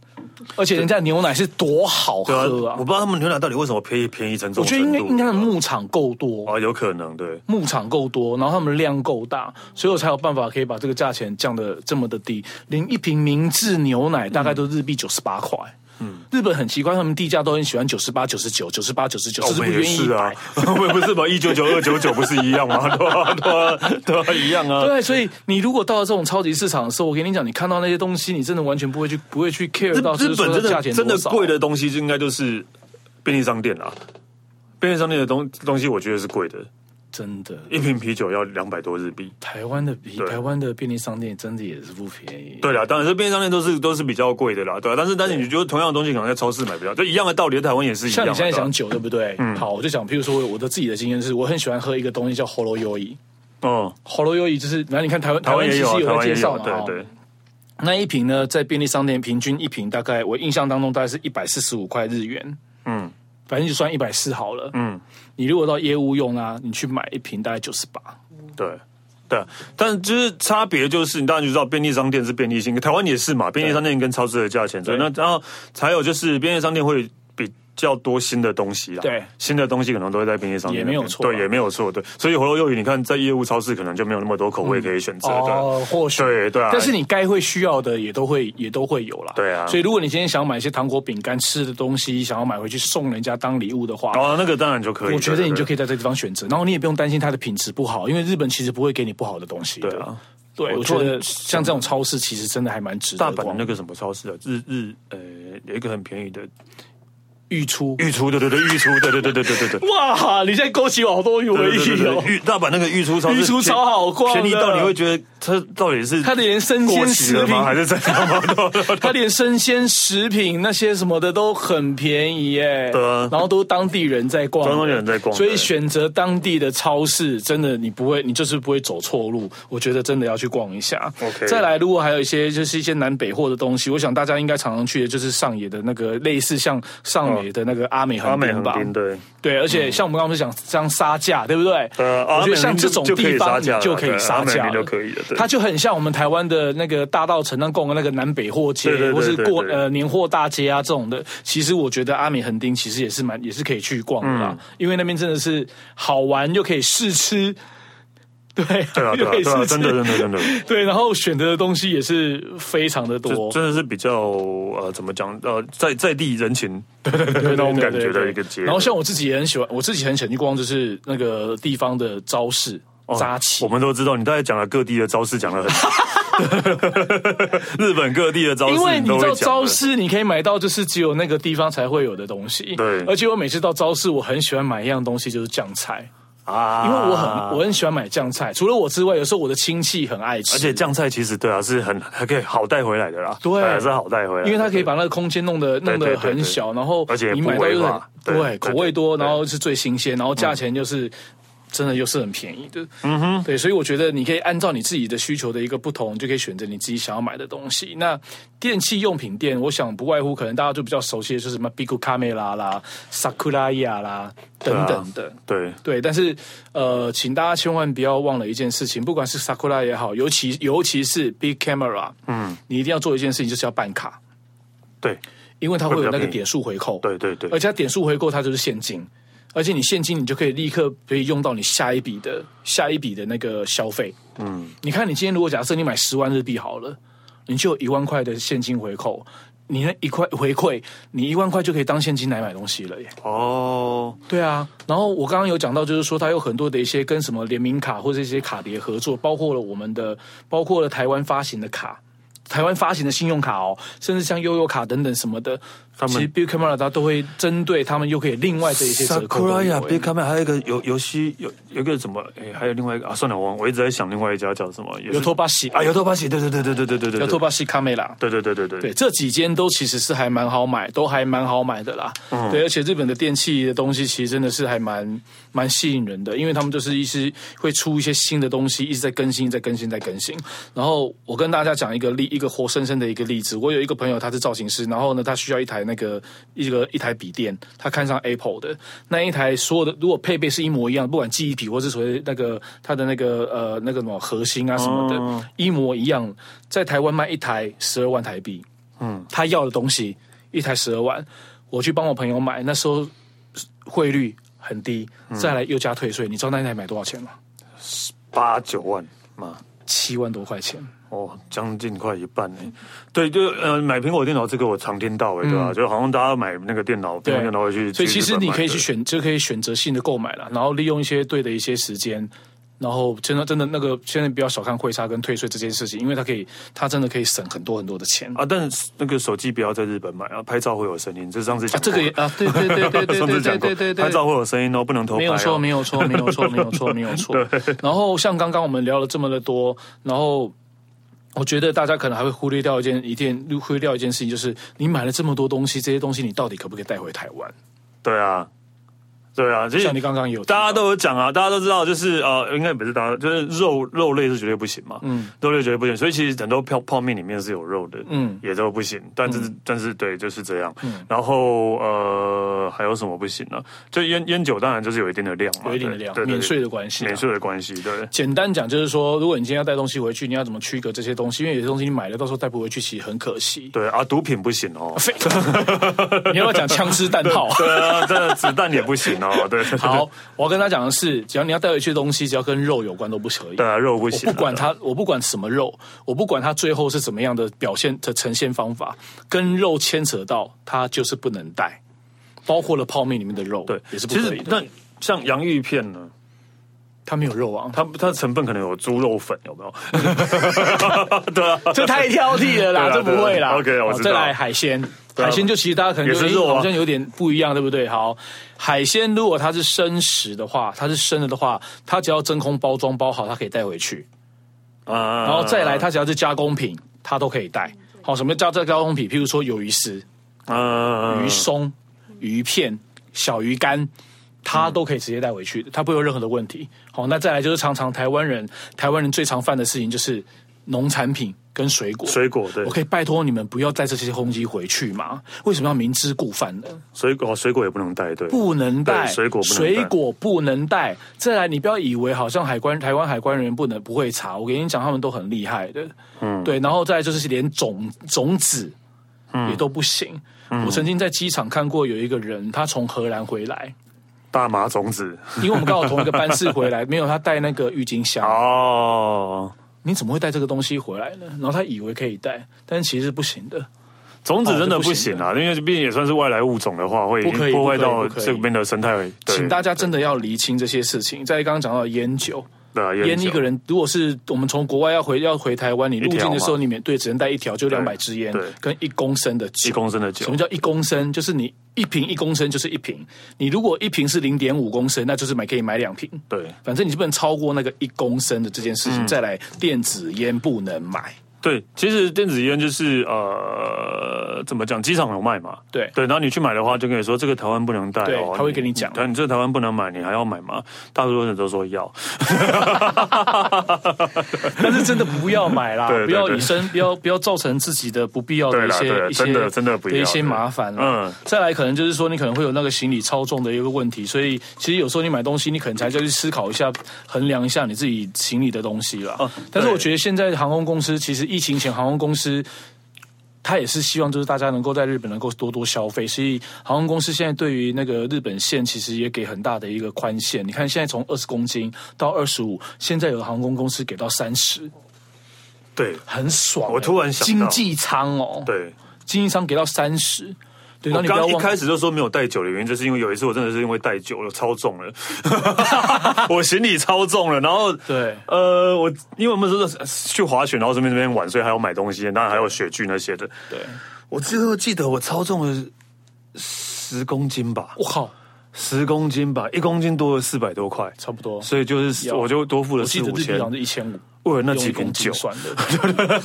而且人家牛奶是多好对啊，喝啊我！不知道他们牛奶到底为什么便宜便宜成这我种觉程得度。应该应该是牧场够多，啊，有可能对，牧场够多，然后他们量够大，所以我才有办法可以把这个价钱降得这么的低。连一瓶明治牛奶大概都日币九十八块。嗯，日本很奇怪，他们地价都很喜欢九十八、九十九、九十八、九十九，我就是不们也愿意是啊买。，我们 (laughs) 不是吧？一九九二九九不是一样 (laughs) 吗？对啊，对啊，对啊，一样啊。对，所以你如果到了这种超级市场的时候，我跟你讲，你看到那些东西，你真的完全不会去不会去 care 日到日就是本说真它价的钱真的多少啊贵的东西，就应该就是便利商店啦。便利商店的东东西，我觉得是贵的，真的。一瓶啤酒要两百多日币。台湾的比台湾的便利商店真的也是不便宜，对啦，当然是便利商店都是都是比较贵的啦，对啊。但是但是你觉得同样的东西可能在超市买比较，就一样的道理，在台湾也是一样像的。你现在对啊讲酒对不对？好，我就讲，譬如说我的自己的经验是，我很喜欢喝一个东西叫 Holo y o i 哦， Holo y o i 就是，然后你看台湾台台湾湾其也有实啊，台在湾介也绍有，嘛，对哦对。那一瓶呢，在便利商店平均一瓶大概我印象当中大概是一百四十五块日元，嗯反正就算一百四好了。嗯，你如果到业务用啊，你去买一瓶大概九十八，对。对，但就是差别就是，你当然就知道便利商店是便利性，台湾也是嘛，便利商店跟超市的价钱，所以那然后还有就是便利商店会比较多新的东西啦，对新的东西可能都会在便利商店那边，也没有错啊对，也没有错，对，所以红肉幼鱼你看在业务超市可能就没有那么多口味可以选择，哦，或许对对啊但是你该会需要的也都会也都会有啦。对啊所以如果你今天想买一些糖果、饼干、吃的东西，想要买回去送人家当礼物的话。对，哦，那个当然就可以，我觉得你就以，可以在这地方选择，然后你也不用担心它的品质不好，因为日本其实不会给你不好的东西的。对啊，对，我我觉突然得像这种超市其实真的还蛮值大得阪的逛。那个什么超市啊，日日呃有一个很便宜的御出，御出，对对对，御出，对对对对对对对。哇，你现在勾起我好多回对对忆对哦对，。御大阪那个御出超市御出超好逛的便宜到你会觉得它到底是它的连生过鲜期食了品吗？还是怎样 (laughs) 吗？它连生鲜食品那些什么的都很便宜耶，对啊然后都当地人在逛的，当地人在逛所以对选择当地的超市，真的你不会，你就是不会走错路。我觉得真的要去逛一下。 OK 再来，如果还有一些就是一些南北货的东西，我想大家应该常常去的就是上野的那个类似像上野的那个阿美哦阿横美滨横吧，滨对，对，而且像我们刚刚不是讲这样杀价，对不对？嗯呃我阿觉美得像横滨这就种就可以地方杀你价了就可以对杀阿美横价了，滨就可以了对它就很像我们台湾的那个大道城那逛的那个南北货街，对对对或是对过对呃年货大街啊这种的。其实我觉得阿美横丁其实也是蛮也是可以去逛的嗯啦，因为那边真的是好玩又可以试吃，对，对啊对又啊可以对啊，试真的真吃，的真的。 (laughs) 对，然后选择的东西也是非常的就多，真的是比较呃，怎么讲呃，在在地人情 (laughs) 对那种对感对觉对的一个节。然后像我自己也很喜欢，我自己很喜欢去逛，就是那个地方的招式。哦扎旗我，们都知道，你大概讲了各地的招式，讲了 (laughs) 很，日本各地的招式，因为你都知会道讲招的式，你可以买到就是只有那个地方才会有的东西。对而且我每次到招式，我很喜欢买一样东西，就是酱菜，啊，因为我很、我很喜欢买酱菜。除了我之外，有时候我的亲戚很爱吃，而且酱菜其实对啊，是很还可以好带回来的啦，对还是好带回来的，因为它可以把那个空间弄得弄得啊对对很小，然后而且你不买到违又很法对对对口味多，对然后是最新鲜，然后价钱就是。真的又是很便宜的，嗯哼，对，所以我觉得你可以按照你自己的需求的一个不同，你就可以选择你自己想要买的东西。那电器用品店，我想不外乎可能大家就比较熟悉的就是什么 Bigu Camera 啦、Sakuraya 啦等啊等的，对对，但是呃，请大家千万不要忘了一件事情，不管是 Sakura 也好，尤其尤其是 Big Camera，嗯，你一定要做一件事情，就是要办卡，对因为它会有会比那较个便宜点数回扣，对对对而且它点数回扣它就是现金，而且你现金你就可以立刻可以用到你下一笔的下一笔的那个消费，嗯，你看你今天如果假设你买十万日币好了。你就有一万块的现金回扣。你那一块回馈，你一万块就可以当现金来买东西了耶！哦，对啊，然后我刚刚有讲到，就是说它有很多的一些跟什么联名卡或者一些卡碟合作，包括了我们的，包括了台湾发行的卡。台湾发行的信用卡哦，甚至像悠游卡等等什么的，他们其实 b i g Camera 它都会针对他们，又可以另外的一些折扣都 Sakura 呀有。啊哎，Big Camera，还有一个游游戏，有有一个什么？哎，还有另外一个啊，算了，我我一直在想另外一家叫什么，也有是托巴西哎啊，油头巴西，对对对对对对对对，有托巴西 Camera，对对对对对对，这几间都其实是还蛮好买，都还蛮好买的啦。嗯对，而且日本的电器的东西其实真的是还蛮蛮吸引人的，因为他们就是一直会出一些新的东西，一直在更新，一直在更新，在更新。然后我跟大家讲一个例，一个活生生的一个例子。我有一个朋友，他是造型师，然后呢，他需要一台那个一个一台笔电，他看上 Apple 的那一台，所有的如果配备是一模一样，不管记忆体或是所谓那个它的那个呃那个什么核心啊什么的，哦一模一样，在台湾卖一台十二万台币。他要的东西，一台十二万，我去帮我朋友买，那时候汇率很低，再来又加退税，你知道那一台买多少钱吗？八九万嘛，七万多块钱。哦，将近快一半呢。哎对，就呃，买苹果电脑这个我常听到哎，对吧？就好像大家买那个电脑，苹果电脑会去，嗯所以其日实本你买可以去的选，就可以选择性的购买了，然后利用一些对的一些时间，然后真的真的那个现在不要小看汇差跟退税这件事情，因为它可以，它真的可以省很多很多的钱。啊，但是那个手机不要在日本买啊，拍照会有声音，这上次讲这个也啊，对对对对对上次对讲对过对对，，对拍照会有声音哦，不能偷拍没有错，哦。没有错，没有错，没有错，没有错。然后像刚刚我们聊了这么的多，然后我觉得大家可能还会忽略掉一件一件忽略掉一件事情，就是你买了这么多东西，这些东西你到底可不可以带回台湾？对啊，对啊，其实像你刚刚也有提到大家都有讲啊，大家都知道，就是呃，应该不是大家，就是肉肉类是绝对不行嘛，嗯，肉类绝对不行，所以其实很多泡泡面里面是有肉的，嗯，也都不行，但嗯是、但是对，就是这样。然后呃，还有什么不行呢、就烟烟酒当然就是有一定的量嘛，有一定的对量对，对免税的关系啊，免税的关系，对。简单讲就是说，如果你今天要带东西回去，你要怎么区隔这些东西？因为有些东西你买了，到时候带不回去，其实很可惜。，对啊，毒品不行哦废你要不要讲枪支弹炮？对啊，真的子弹也不行 (laughs) 哦，对，对对好，我要跟他讲的是，只要你要带回去的东西，只要跟肉有关都不可以。对啊，肉不我行啊，不管它，我不管什么肉，我不管它最后是怎么样的表现的呈现方法，跟肉牵扯到，它就是不能带，包括了泡面里面的肉，对，也是不其可实以的。那像洋芋片呢，它没有肉啊，它它成分可能有猪肉粉，有没有？ (laughs) (laughs) 对啊，这太挑剔了啦，对啊这不会啦。对啊 OK，我好知道再来海鲜，啊海鲜就其实大家可能也就是诶肉啊好像有点不一样，对不对？好，海鲜如果它是生食的话，它是生的的话，它只要真空包装包好，它可以带回去。啊，然后再来，它只要是加工品，它都可以带。好，什么叫加工品？譬如说有鱼丝，嗯，鱼松、鱼片、小鱼干。它都可以直接带回嗯去的，它不会有任何的问题。好，那再来就是常常台湾人，台湾人最常犯的事情就是农产品跟水果。水果对我，可以拜托你们不要带这些东西回去吗？为什么要明知故犯呢？水果哦水果也不能带，对，不能带对水果不能带水果不能带。再来，你不要以为好像海关台湾海关人员不能不会查，我跟你讲，他们都很厉害的。嗯，对，然后再来就是连种种子嗯也都不行。我曾经在机场看过有一个人，他从荷兰 (laughs) 回来，大麻种子因为我们刚好同一个班次回来，没有他带那个郁金香。哦，你怎么会带这个东西回来呢？然后他以为可以带，但其实是不行的。种子真的哦这不不行行啊，因为毕竟也算是外来物种的话，会不可以破坏不可到以不可以这边的生态。对请大家真的要厘清这些事情。在刚刚讲到的烟酒，对啊烟酒一个人，如果是我们从国外要回要回台湾，你入境的时候，你免对只能带一条，就两百支烟对跟一公升的一酒。公升的什酒么，叫一公升？就是你一瓶一公升就是一瓶，你如果一瓶是零点五公升，那就是买可以买两瓶。对反正你不能超过那个一公升的这件嗯事情。再来，电子烟不能买。对，其实电子烟就是呃，怎么讲，机场有卖嘛，对对，然后你去买的话，就跟你说这个台湾不能带哦，对他会跟你讲但你这个台湾不能买，你还要买吗？大多数人都说要，但是真的不要买 (laughs) 啦，对对不要对以身，不要不要造成自己的不必要的对一啦对些啦一些真的真的不要一些麻烦啦。嗯嗯，再来可能就是说你可能会有那个行李超重的一个问题，所以其实有时候你买东西，你可能才就去思考一下，衡量一下你自己行李的东西啦。哦但是我觉得现在航空公司其实疫情前航空公司。他也是希望，就是大家能够在日本能够多多消费，所以航空公司现在对于那个日本线其实也给很大的一个宽限。你看，现在从二十公斤到二十五，现在有的航空公司给到三十，对很爽欸、我突然想经到济舱哦，，对，经济舱给到三十，对，我然后你不要刚一忘开始就说没有带酒的原因，就是因为有一次我真的是因为带酒了，超重了， (laughs) 我行李超重了，然后对呃，我因为我们说是去滑雪，然后顺便这边玩，所以还要买东西，当然还有雪具那些的。对，我最后记得我超重了十公斤吧，我靠，十公斤吧，一公斤多了四百多块，差不多，所以就是有我就多付了我记四得五日币千好像，是一千五。为了那用几一瓶公酒斤。算 (laughs) 的，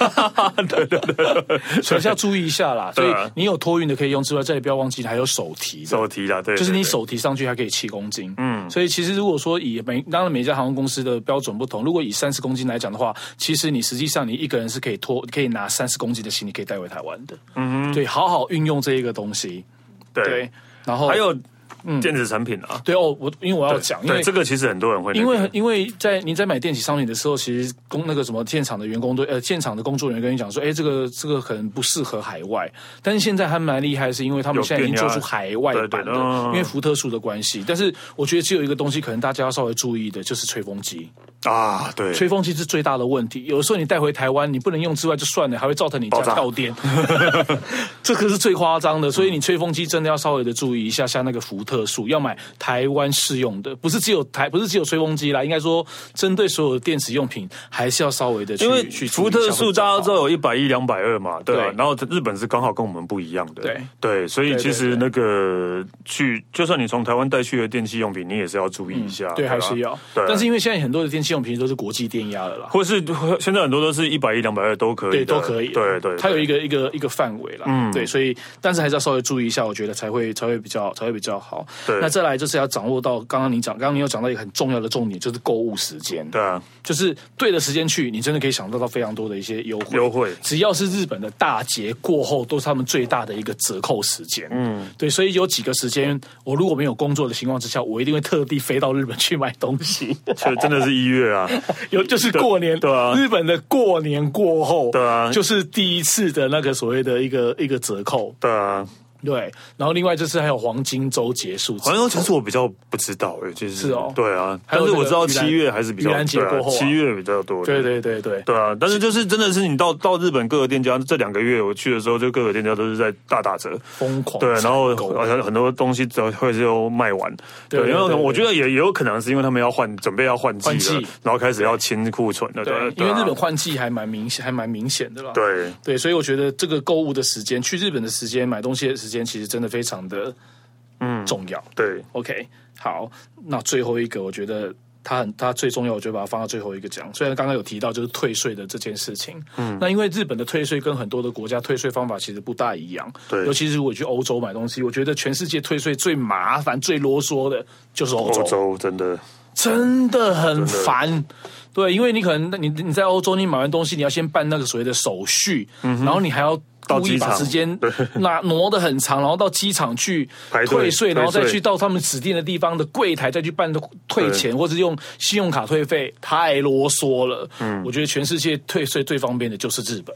对对对，所以是要注意一下啦。所对以啊你有托运的可以用之外，这里不要忘记还有手提的，手提啦，对，就是你对手提上去还可以七公斤，嗯，所以其实如果说以每当然每一家航空公司的标准不同，如果以三十公斤来讲的话，其实你实际上你一个人是可以拖，可以拿三十公斤的行李可以带回台湾的，嗯，对，好好运用这一个东西，对对，然后还有电子产品啊，对哦，我因为我要讲，因为对这个其实很多人会那因个，为因为在你在买电器商品的时候，其实工那个什么建厂的员工都呃建厂的工作人员跟你讲说，哎，这个这个可能不适合海外。但是现在还蛮厉害，是因为他们有现在已经变做压出海外版对的对嗯，因为福特数的关系。但是我觉得只有一个东西可能大家要稍微注意的，就是吹风机。啊，对，吹风机是最大的问题。有时候你带回台湾，你不能用之外就算了，还会造成你家爆炸跳电， (laughs) 这个是最夸张的。所以你吹风机真的要稍微的注意一下，像那个福特数，要买台湾适用的，不是只有台，不是只有吹风机啦，应该说针对所有的电子用品，还是要稍微的去因为去福注意一下特数大家知会道有一百一、两百二嘛，对啊对。然后日本是刚好跟我们不一样的，对所以对其实对那个去，就算你从台湾带去的电器用品，你也是要注意一下，嗯比较好对，啊还是要。对啊，但是因为现在很多的电器用品都是国际电压的啦。或是现在很多都是一百一、两百二都可以的，对，都可以。对啊对，它有一个个一个一个范围啦。嗯，对，所以但是还是要稍微注意一下，我觉得才会才会比较才会比较好。对那再来就是要掌握到刚刚你讲，刚刚你有讲到一个很重要的重点，就是购物时间。对啊，就是对的时间去，你真的可以享受到非常多的一些优惠。优惠只要是日本的大节过后，都是他们最大的一个折扣时间。嗯，对，所以有几个时间，我如果没有工作的情况之下，我一定会特地飞到日本去买东西。就真的是一月啊， (laughs) 有就是过年，对啊日本的过年过后，对啊就是第一次的那个所谓的一个一个折扣，对啊。对。然后另外就是还有黄金周结束， (laughs) 好像其实我比较不知道诶，其实是哦对啊，还但有是那我个知道盂兰七月还是比较盂兰节对啊过后啊七月比较多，对对对对。对啊，但是就是真的是你到到日本各个店家，这两个月我去的时候，就各个店家都是在大打折，疯狂对，然后采购好像很多东西都会就卖完，对对，因对为对对我觉得也也有可能是因为他们要换，准备要换季换季了，然后开始要清库存了，对，因对为啊日本换季还蛮明显，还蛮明显的啦。对对，所以我觉得这个购物的时间，去日本的时间，买东西的时间，其实真的非常的嗯重要。对 OK，好，那最后一个，我觉得它很它最重要，我就把它放到最后一个讲。虽然刚刚有提到就是退税的这件事情，嗯，那因为日本的退税跟很多的国家退税方法其实不大一样，对尤其是我去欧洲买东西，我觉得全世界退税最麻烦、最啰嗦的就是欧洲，欧洲真的真的很烦。对，因为你可能你你在欧洲，你买完东西，你要先办那个所谓的手续，然后你还要嗯到故意机把场时间拿挪得很长，然后到机场去排队退税，然后再退税去到他们指定的地方的柜台再去办退钱，或者用信用卡退费，太啰嗦了。嗯，我觉得全世界退税最方便的就是日本。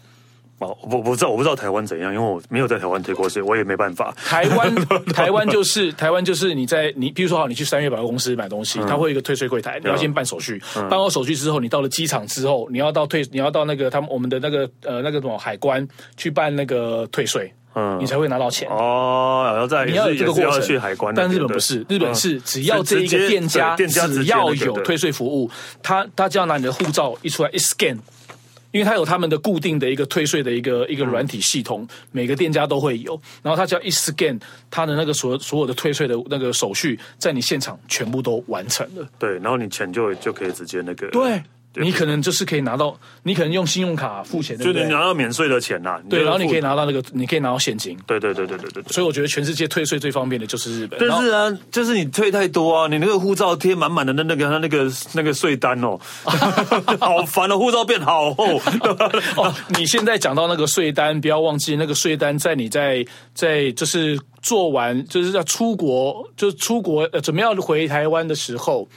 哦，我我不知道我不知道台湾怎样，因为我没有在台湾退过税，我也没办法。台湾台湾就是台湾就是你在你比如说好，你去三月百货公司买东西，它会有一个退税柜台，你要先办手续，办好手续之后，你到了机场之后，你要到退你要到那个他们我们的那个呃那个什么海关去办那个退税，嗯你才会拿到钱。哦，然后再你要有也是这个过也是程，要去海关那但边，日本对不是，日本是只要是这一直个接店家，对店家只直接要那个有对退税服务，他他只要拿你的护照一出来一 scan。因为它有他们的固定的一个退税的一个一个软体系统，每个店家都会有。然后它只要一 scan，它的那个所所有的退税的那个手续，在你现场全部都完成了。对，然后你钱就就可以直接那个对，你可能就是可以拿到，你可能用信用卡付钱，对就不你对？拿到免税的钱呐，对，然后你可以拿，拿到那个，你可以拿到现金。对对对对对对对。所以我觉得全世界退税最方便的就是日本。然但后是啊，就是你退太多啊，你那个护照贴满满的那那个他那个那个税单哦， (laughs) 好烦哦，护照变好厚。 (laughs) 哦，你现在讲到那个税单，不要忘记那个税单，在你在在就是做完，就是要出国，就是出国呃，准备要回台湾的时候，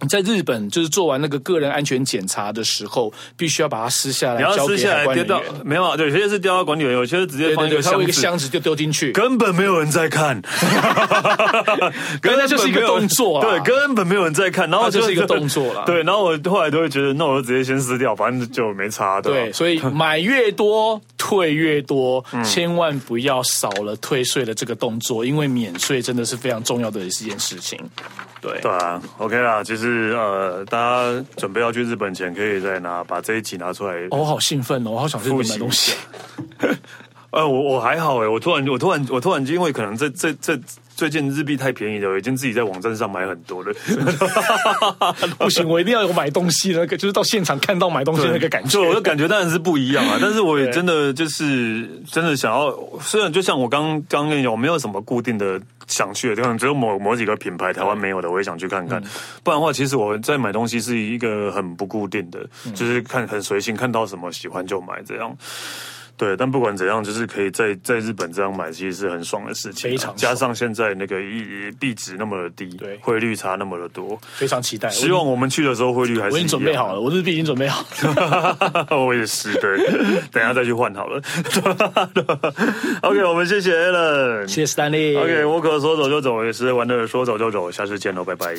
你在日本就是做完那个个人安全检查的时候，必须要把它撕下来你要交撕给下海来关丢人到员。没有啊？对有些是丢到管理员，有些是直接对放对一个对，它有箱一个子，箱子就丢进去。根本没有人在看， (laughs) 对根那就是一个本没有动作啊对，根本没有人在看，然后它就是就一个动作啦对，然后我后来都会觉得，那我就直接先撕掉，反正就没差的。对， (laughs) 所以买越多退越多，千万不要少了退税的这个动作，因为免税真的是非常重要的一件事情。对，对啊，OK 啦，就是呃，大家准备要去日本前，可以再拿把这一集拿出来。哦我好兴奋哦，我好想去日本买东西。 (laughs) 呃，我我还好哎，我突然我突然我突然因为可能这这这最近日币太便宜了，我已经自己在网站上买很多了。 (laughs) 不行，我一定要有买东西的那个，就是到现场看到买东西的那个感觉。就我的感觉当然是不一 (laughs) 样啊，但是我也真的就是真的想要，虽然就像我刚刚跟你讲，我没有什么固定的想去的地方，只有某某几个品牌台湾没有的，我也想去看看。嗯不然的话，其实我在买东西是一个很不固定的，嗯就是看很随性，看到什么喜欢就买这样。对，但不管怎样，就是可以在在日本这样买，其实是很爽的事情啊、非常爽加上现在那个一币值那么的低，对汇率差那么的多，非常期待，希望我们去的时候汇率还是我已经准一备样好了，我日币已经准备好了。 (laughs) 我也是，对，等一下再去换好了。OK，我们谢谢 Alan。谢谢 Stanley。 OK，我可说走就走，也是玩的说走就走，下次见喽，拜拜。